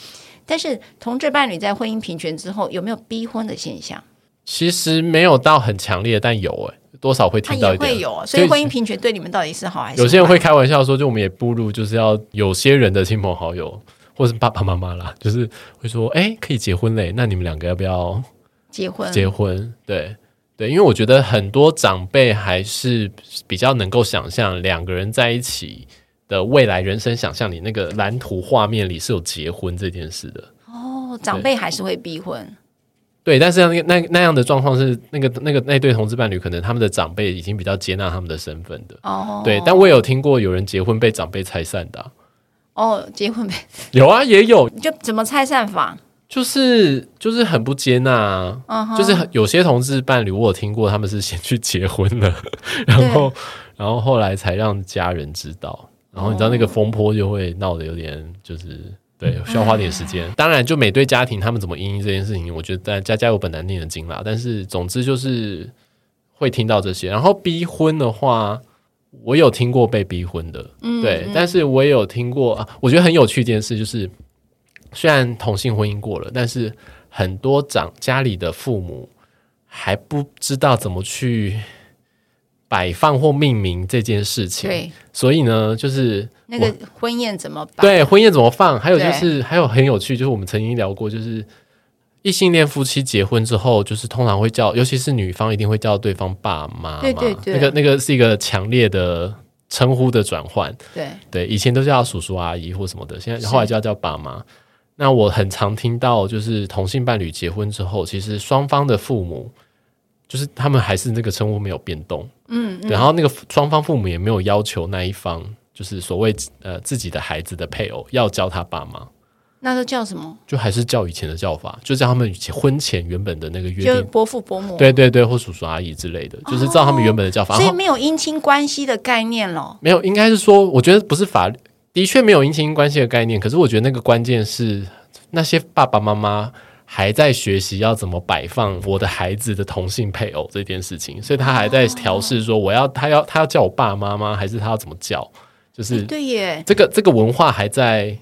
A: 但是同志伴侣在婚姻平权之后有没有逼婚的现象？
B: 其实没有到很强烈，但有哎、多少会
A: 他
B: 听到
A: 也
B: 一点
A: 会。有，啊所以
B: 就
A: 婚姻平权对你们到底是好还是
B: 有些人
A: 坏
B: 会开玩笑说，就我们也步入就是要有些人的亲朋好友，或是爸爸妈妈啦，就是会说，哎、可以结婚嘞，那你们两个要不要
A: 结婚
B: 结婚？对对，因为我觉得很多长辈还是比较能够想象两个人在一起的未来人生想象里那个蓝图画面里是有结婚这件事的。
A: 哦，长辈还是会逼婚，
B: 对，但是那那那样的状况是，那个那个那对同志伴侣，可能他们的长辈已经比较接纳他们的身份的。
A: 哦，
B: 对，但我也有听过有人结婚被长辈拆散的啊、
A: 哦，结婚呗，
B: 有啊，也有，
A: 你就怎么拆散法？
B: 就是就是很不接纳、啊
A: 嗯哼
B: 就是很有些同志伴侣，我有听过他们是先去结婚了，然后然后后来才让家人知道，然后你知道那个风波就会闹得有点就是。对，需要花点时间。当然，就每对家庭他们怎么因应这件事情，我觉得家家有本难念的经啦。但是，总之就是会听到这些。然后逼婚的话，我有听过被逼婚的，
A: 嗯
B: 对，但是我也有听过，啊我觉得很有趣一件事，就是虽然同性婚姻过了，但是很多长家里的父母还不知道怎么去摆放或命名这件事情，，
A: 对，
B: 所以呢，就是
A: 那个婚宴怎么办？，
B: 对婚宴怎么放，还有就
A: 对
B: 是还有很有趣，就是我们曾经聊过，就是异性恋夫妻结婚之后，就是通常会叫，尤其是女方一定会叫对方爸妈嘛，
A: 对对对
B: 那个那个是一个强烈的称呼的转换。
A: 对，
B: 对，以前都叫叔叔阿姨或什么的，现在后来就要叫爸妈。那我很常听到，就是同性伴侣结婚之后，其实双方的父母，就是他们还是那个称呼没有变动，
A: 嗯，
B: 对然后那个双方父母也没有要求那一方，就是所谓呃自己的孩子的配偶要叫他爸妈，
A: 那都叫什么？
B: 就还是叫以前的叫法，就叫他们婚前原本的那个约
A: 就
B: 定，
A: 伯父伯母，，
B: 对对对，或叔叔阿姨之类的，就是照他们原本的叫法。
A: 所
B: 然
A: 以
B: 后
A: 没有姻亲关系的概念了。
B: 没有，应该是说，我觉得不是法律，的确没有姻亲关系的概念。可是我觉得那个关键是那些爸爸妈妈还在学习要怎么摆放我的孩子的同性配偶这件事情，所以他还在调试说，我要他要他要叫我爸妈吗？还是他要怎么叫？就是
A: 哎对耶，
B: 这个这个文化还在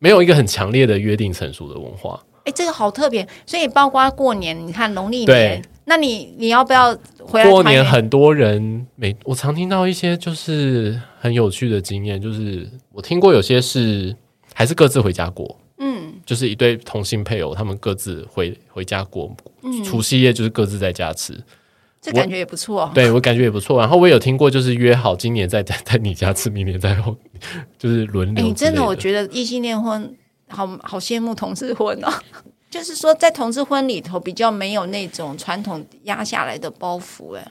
B: 没有一个很强烈的约定成熟的文化。
A: 哎，这个好特别。所以包括过年，你看农历
B: 对
A: 年，那你你要不要回来团圆？
B: 过年很多人每我常听到一些就是很有趣的经验，就是我听过有些是还是各自回家过，
A: 嗯，
B: 就是一对同性配偶，他们各自回回家过，除夕夜就是各自在家吃。
A: 嗯这
B: 我
A: 感觉也不错哦。
B: 对我感觉也不错。然后我也有听过，就是约好今年在在 在你家吃，明年在后，就是轮
A: 哎，
B: 流之类。
A: 你真的，我觉得异性恋婚好好羡慕同志婚哦。 就是说，在同志婚里头比较没有那种传统压下来的包袱，哎，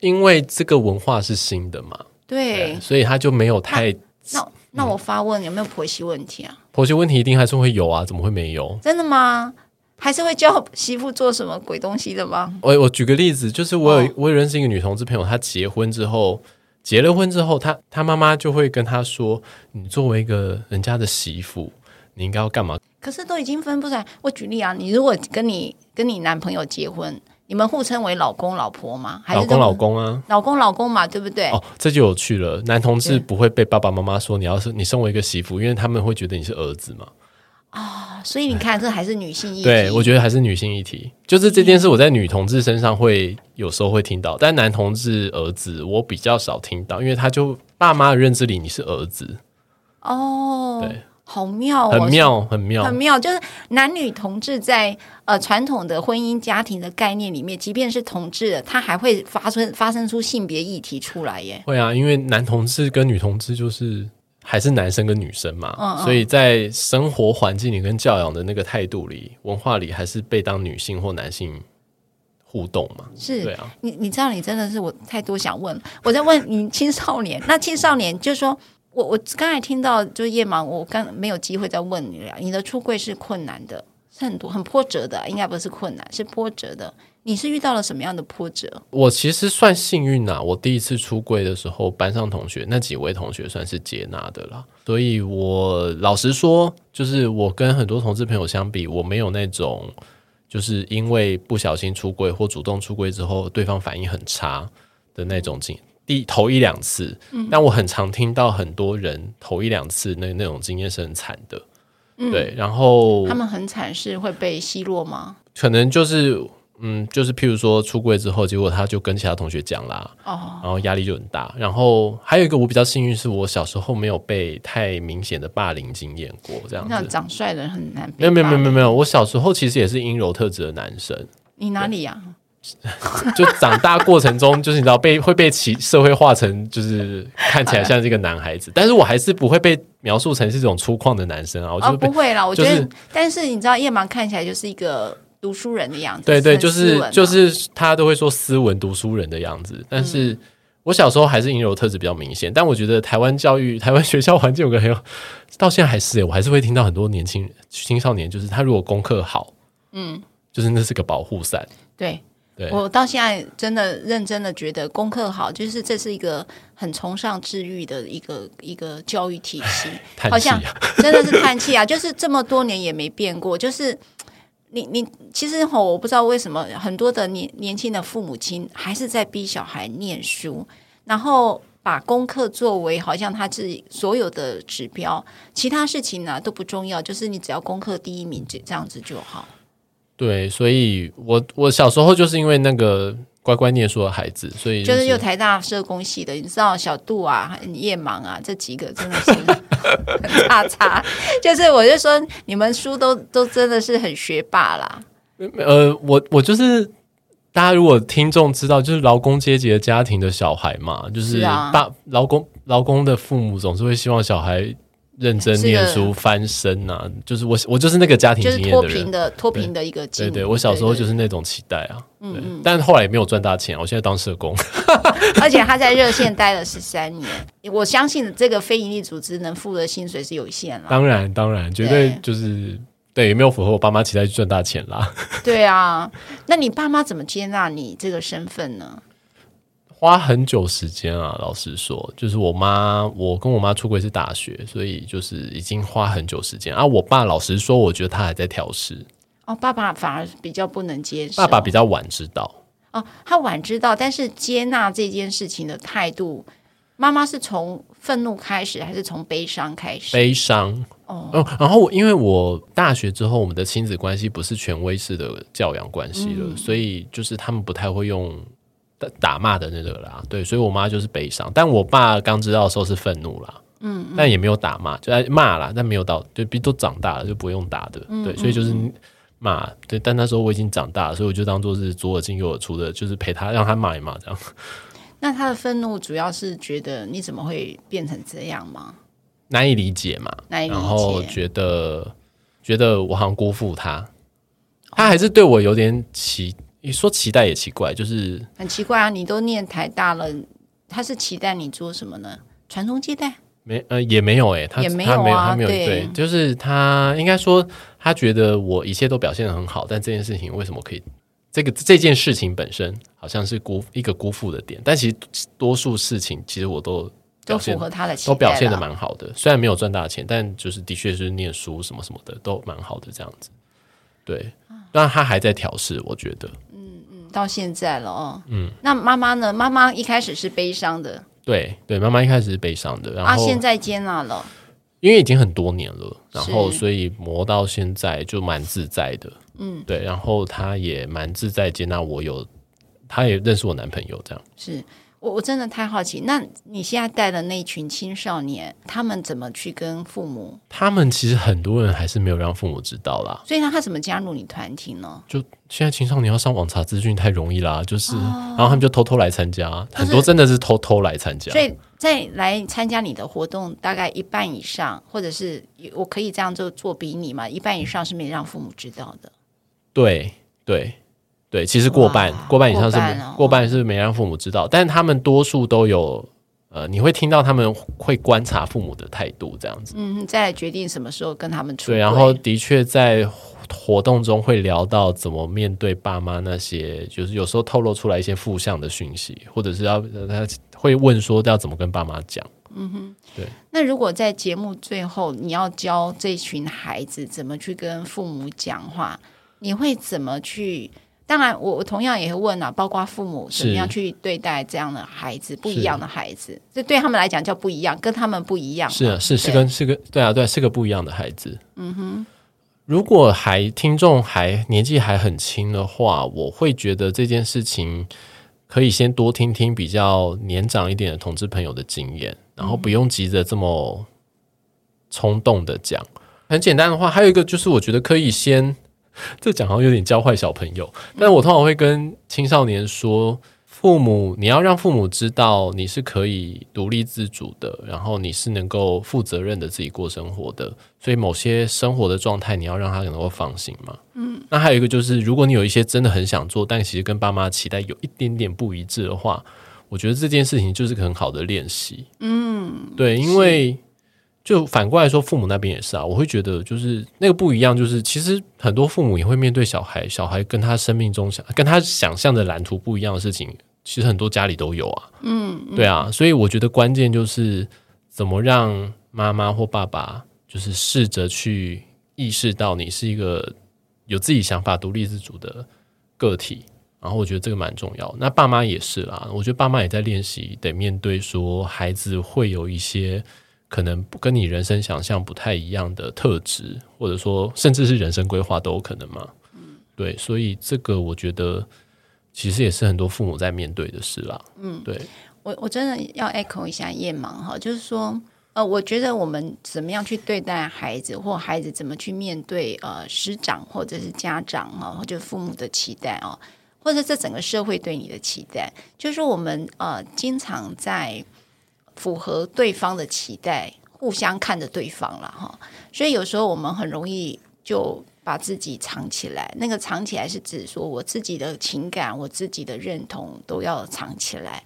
B: 因为这个文化是新的嘛，
A: 对。
B: 所以他就没有太
A: 那那我发问，有没有婆媳问题啊？
B: 婆媳问题，一定还是会有啊，怎么会没有？
A: 真的吗？还是会教媳妇做什么鬼东西的吗？
B: 我我举个例子，就是我有、
A: 哦
B: 我有认识一个女同志朋友，她结婚之后，结了婚之后，她她妈妈就会跟她说：“你作为一个人家的媳妇，你应该要干嘛
A: 可是都已经分不出来。我举例啊，你如果跟你跟你男朋友结婚，你们互称为老公老婆吗？？”还是
B: 老
A: 都
B: 公老公啊，
A: 老公老公嘛，对不对？
B: 哦，这就有趣了。男同志
A: 对
B: 不会被爸爸妈妈说你要是你身为一个媳妇，因为他们会觉得你是儿子嘛。
A: 所以你看，这还是女性议题。
B: 对，我觉得还是女性议题，就是这
A: 嗯
B: 件事我在女同志身上会有时候会听到，但男同志儿子我比较少听到，因为他就爸妈的认知里你是儿子，
A: 哦
B: 对，
A: 好妙、哦，
B: 很妙很妙
A: 很妙，就是男女同志在呃传统的婚姻家庭的概念里面，即便是同志的，他还会发生发生出性别议题出来耶。
B: 会啊，因为男同志跟女同志就是还是男生跟女生嘛，
A: 嗯嗯
B: 所以在生活环境里跟教养的那个态度里、文化里，还是被当女性或男性互动嘛。
A: 是，
B: 对啊，
A: 你你知道，你真的是我太多想问了，我在问你青少年。那青少年就是说我我刚才听到就是夜盲，我刚没有机会再问你了。你的出柜是困难的，是很多很波折的，应该不是困难，是波折的。你是遇到了什么样的波折？
B: 我其实算幸运啦、我第一次出柜的时候，班上同学那几位同学算是接纳的啦。所以我老实说，就是我跟很多同志朋友相比，我没有那种就是因为不小心出柜或主动出柜之后，对方反应很差的那种经第头一两次，但我很常听到很多人头一两次那那种经验是很惨的，对，然后哦
A: 他们很惨，是会被奚落吗？
B: 可能就是嗯，就是譬如说出柜之后，结果他就跟其他同学讲啦，
A: 哦，
B: 然后压力就很大。然后还有一个我比较幸运，是我小时候没有被太明显的霸凌经验过，这样
A: 那
B: 子。
A: 长帅的人很难。
B: 没有没有没有没有，没有，我小时候其实也是阴柔特质的男生，
A: 你哪里啊呀？
B: 就长大过程中，就是你知道被会被其社会化成就是看起来像这个男孩子，但是我还是不会被描述成是这种粗犷的男生啊，我就
A: 哦，
B: 是被、
A: 不会啦，我觉
B: 就
A: 得
B: 是，
A: 但是你知道，夜盲看起来就是一个读书人的样子。
B: 对对，
A: 很
B: 就
A: 斯
B: 是
A: 文啊
B: 就是他都会说斯文读书人的样子，但是。
A: 嗯
B: 我小时候还是阴柔特质比较明显，但我觉得台湾教育、台 湾学校环境有个很有，到现在还是、欸、我还是会听到很多年轻人、青少年，就是他如果功课好，
A: 嗯，
B: 就是那是个保护伞。
A: 对。
B: 对，
A: 我到现在真的认真的觉得功课好，就是这是一个很崇尚治愈的一个一个教育体系，
B: 叹
A: 好
B: 气啊
A: 像 真的是叹气啊！就是这么多年也没变过，就是你你其实吼，我不知道为什么很多的年年轻的父母亲还是在逼小孩念书，然后把功课作为好像他自己所有的指标，其他事情呢、都不重要，就是你只要功课第一名这这样子就好。
B: 对，所以我我小时候就是因为那个乖乖念书的孩子，所以、
A: 就是
B: 是、
A: 有台大社工系的，你知道小杜啊、夜盲啊这几个真的是 很差差。就是我就说你们书都都真的是很学霸啦，
B: 呃，我我就是大家如果听众知道，就是劳工阶级的家庭的小孩嘛，就
A: 是
B: 是
A: 啊
B: 爸劳工劳工的父母总是会希望小孩认真
A: 是个
B: 念书翻身啊，就是我我就是那个家庭
A: 就是
B: 经验
A: 脱
B: 的人
A: 贫。的脱贫的一个进
B: 对
A: 步。
B: 对，我小时候就是那种期待啊，对，
A: 嗯
B: 但后来也没有赚大钱啊，我现在当社工，
A: 对，对而且他在热线待了十三年，我相信这个非营利组织能付的薪水是有限啦。
B: 当然当然，绝对就是对，也没有符合我爸妈期待去赚大钱啦。
A: 对啊，那你爸妈怎么接纳你这个身份呢？
B: 花很久时间啊，老实说，就是我妈，我跟我妈出轨是大学，所以就是已经花很久时间啊。我爸老实说，我觉得他还在调试，
A: 哦，爸爸反而比较不能接受。
B: 爸爸比较晚知道。
A: 哦，他晚知道，但是接纳这件事情的态度，妈妈是从愤怒开始，还是从悲伤开始？
B: 悲伤。哦、然后我因为我大学之后，我们的亲子关系不是权威式的教养关系了，所以就是他们不太会用打打骂的那个啦。对，所以我妈就是悲伤，但我爸刚知道的时候是愤怒啦。嗯，但也没有打骂，就在骂啦，但没有到，就比都长大了，就不用打的，对，所以就是骂，对，但那时候我已经长大了，所以我就当做是左耳进右耳出的，就是陪他，让他骂一骂这样。
A: 那他的愤怒主要是觉得你怎么会变成这样吗？
B: 难以理解嘛，
A: 难以理解
B: 然后觉得觉得我好像辜负他，他还是对我有点期，你说期待也奇怪，就是
A: 很奇怪啊，你都念台大了，他是期待你做什么呢？传宗接代？
B: 没呃也没有诶、他
A: 也没有啊
B: 他没有他没有
A: 对
B: 就是他应该说他觉得我一切都表现得很好，但这件事情为什么可以？这个这件事情本身好像是辜一个辜负的点，但其实多数事情其实我都
A: 都
B: 表现
A: 符合他的期待
B: 都
A: 了
B: 表现的蛮好的，虽然没有赚大钱，但就是的确是念书什么什么的都蛮好的这样子。对，但他还在调试，我觉得
A: 到现在了哦。嗯，那妈妈呢？妈妈一开始是悲伤的，
B: 对对，妈妈一开始是悲伤的，然
A: 啊，
B: 后、
A: 现在接纳了。
B: 因为已经很多年了，然后
A: 是
B: 所以磨到现在就蛮自在的，嗯，对，然后他也蛮自在接纳我有，他也认识我男朋友这样。
A: 是我我真的太好奇，那你现在带的那一群青少年，他们怎么去跟父母？
B: 他们其实很多人还是没有让父母知道啦，
A: 所以呢，他怎么加入你团体呢？
B: 就现在青少年要上网查资讯太容易啦，就是，然后他们就偷偷来参加，
A: 哦是
B: 很多真的是偷偷来参加，
A: 所以再来参加你的活动，大概一半以上，或者是我可以这样做做比拟嘛？一半以上是没让父母知道的。
B: 对对对，其实过半过半以上是
A: 过
B: 没
A: 半哦
B: 过半是没让父母知道，但他们多数都有呃，你会听到他们会观察父母的态度这样子。
A: 嗯，再来决定什么时候跟他们出
B: 对，
A: 轨
B: 然后的确在活动中会聊到怎么面对爸妈那些，就是有时候透露出来一些负向的讯息，或者是要呃他会问说要怎么跟爸妈讲。
A: 那如果在节目最后，你要教这群孩子怎么去跟父母讲话，你会怎么去？当然我，我同样也会问啊，包括父母
B: 是
A: 怎么样去对待这样的孩子，不一样的孩子，这对他们来讲叫不一样，跟他们不一样。
B: 是啊，是是
A: 对
B: 跟是个对啊对啊是个不一样的孩子。嗯哼，如果还听众还年纪还很轻的话，我会觉得这件事情可以先多听听比较年长一点的同志朋友的经验，然后不用急着这么冲动的讲。很简单的话，还有一个就是，我觉得可以先 这讲好像有点教坏小朋友，但我通常会跟青少年说，父母你要让父母知道你是可以独立自主的，然后你是能够负责任的自己过生活的，所以某些生活的状态你要让他能够放心嘛。嗯，那还有一个就是，如果你有一些真的很想做，但其实跟爸妈期待有一点点不一致的话，我觉得这件事情就是个很好的练习。嗯，对，因为。就反过来说，父母那边也是啊，我会觉得就是那个不一样，就是其实很多父母也会面对小孩，小孩跟他生命中想跟他想象的蓝图不一样的事情，其实很多家里都有啊，嗯，对啊，所以我觉得关键就是怎么让妈妈或爸爸就是试着去意识到你是一个有自己想法、独立自主的个体，然后我觉得这个蛮重要。那爸妈也是啦，我觉得爸妈也在练习得面对说孩子会有一些。可能不跟你人生想象不太一样的特质，或者说甚至是人生规划都有可能嘛。对，所以这个我觉得其实也是很多父母在面对的事啦。嗯，对，
A: 我我真的要 echo 一下夜盲哈，就是说，呃，我觉得我们怎么样去对待孩子，或孩子怎么去面对呃师长或者是家长哈，或者父母的期待哦，或者这整个社会对你的期待，就是说我们呃经常在符合对方的期待，互相看着对方了哈，所以有时候我们很容易就。把自己藏起来，那个藏起来是指说我自己的情感、我自己的认同都要藏起来。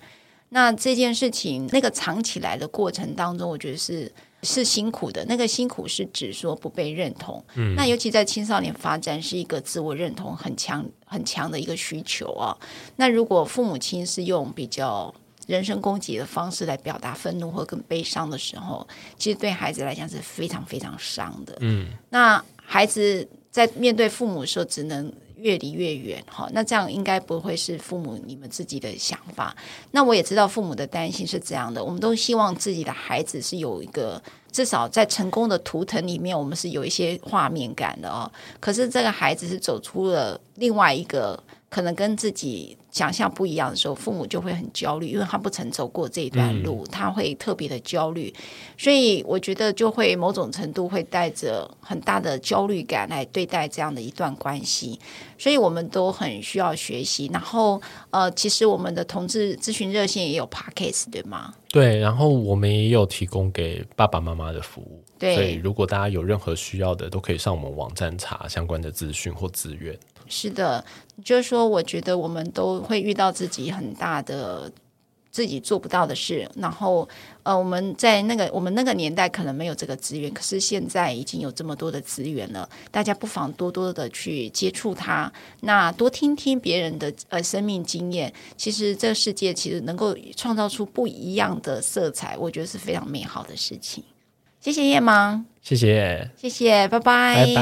A: 那这件事情，那个藏起来的过程当中，我觉得是是辛苦的。那个辛苦是指说不被认同。嗯，那尤其在青少年发展是一个自我认同很强很强的一个需求啊。那如果父母亲是用比较人身攻击的方式来表达愤怒或更悲伤的时候，其实对孩子来讲是非常非常伤的。嗯，那孩子在面对父母的时候，只能越离越远哈。那这样应该不会是父母你们自己的想法。那我也知道父母的担心是这样的，我们都希望自己的孩子是有一个至少在成功的图腾里面，我们是有一些画面感的哦。可是这个孩子是走出了另外一个可能跟自己想象不一样的时候，父母就会很焦虑，因为他不曾走过这一段路，他会特别的焦虑。所以我觉得就会某种程度会带着很大的焦虑感来对待这样的一段关系，所以我们都很需要学习。然后呃，其实我们的同志咨询热线也有 podcast 对吗？
B: 对。然后我们也有提供给爸爸妈妈的服务，
A: 对
B: 所以如果大家有任何需要的，都可以上我们网站查相关的资讯或资源。
A: 是的，就是说，我觉得我们都会遇到自己很大的自己做不到的事，然后呃，我们在那个我们那个年代可能没有这个资源，可是现在已经有这么多的资源了，大家不妨多多的去接触它，那多听听别人的呃生命经验，其实这个世界其实能够创造出不一样的色彩，我觉得是非常美好的事情。谢谢夜盲，
B: 谢谢，
A: 谢谢，拜拜，
B: 拜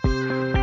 B: 拜。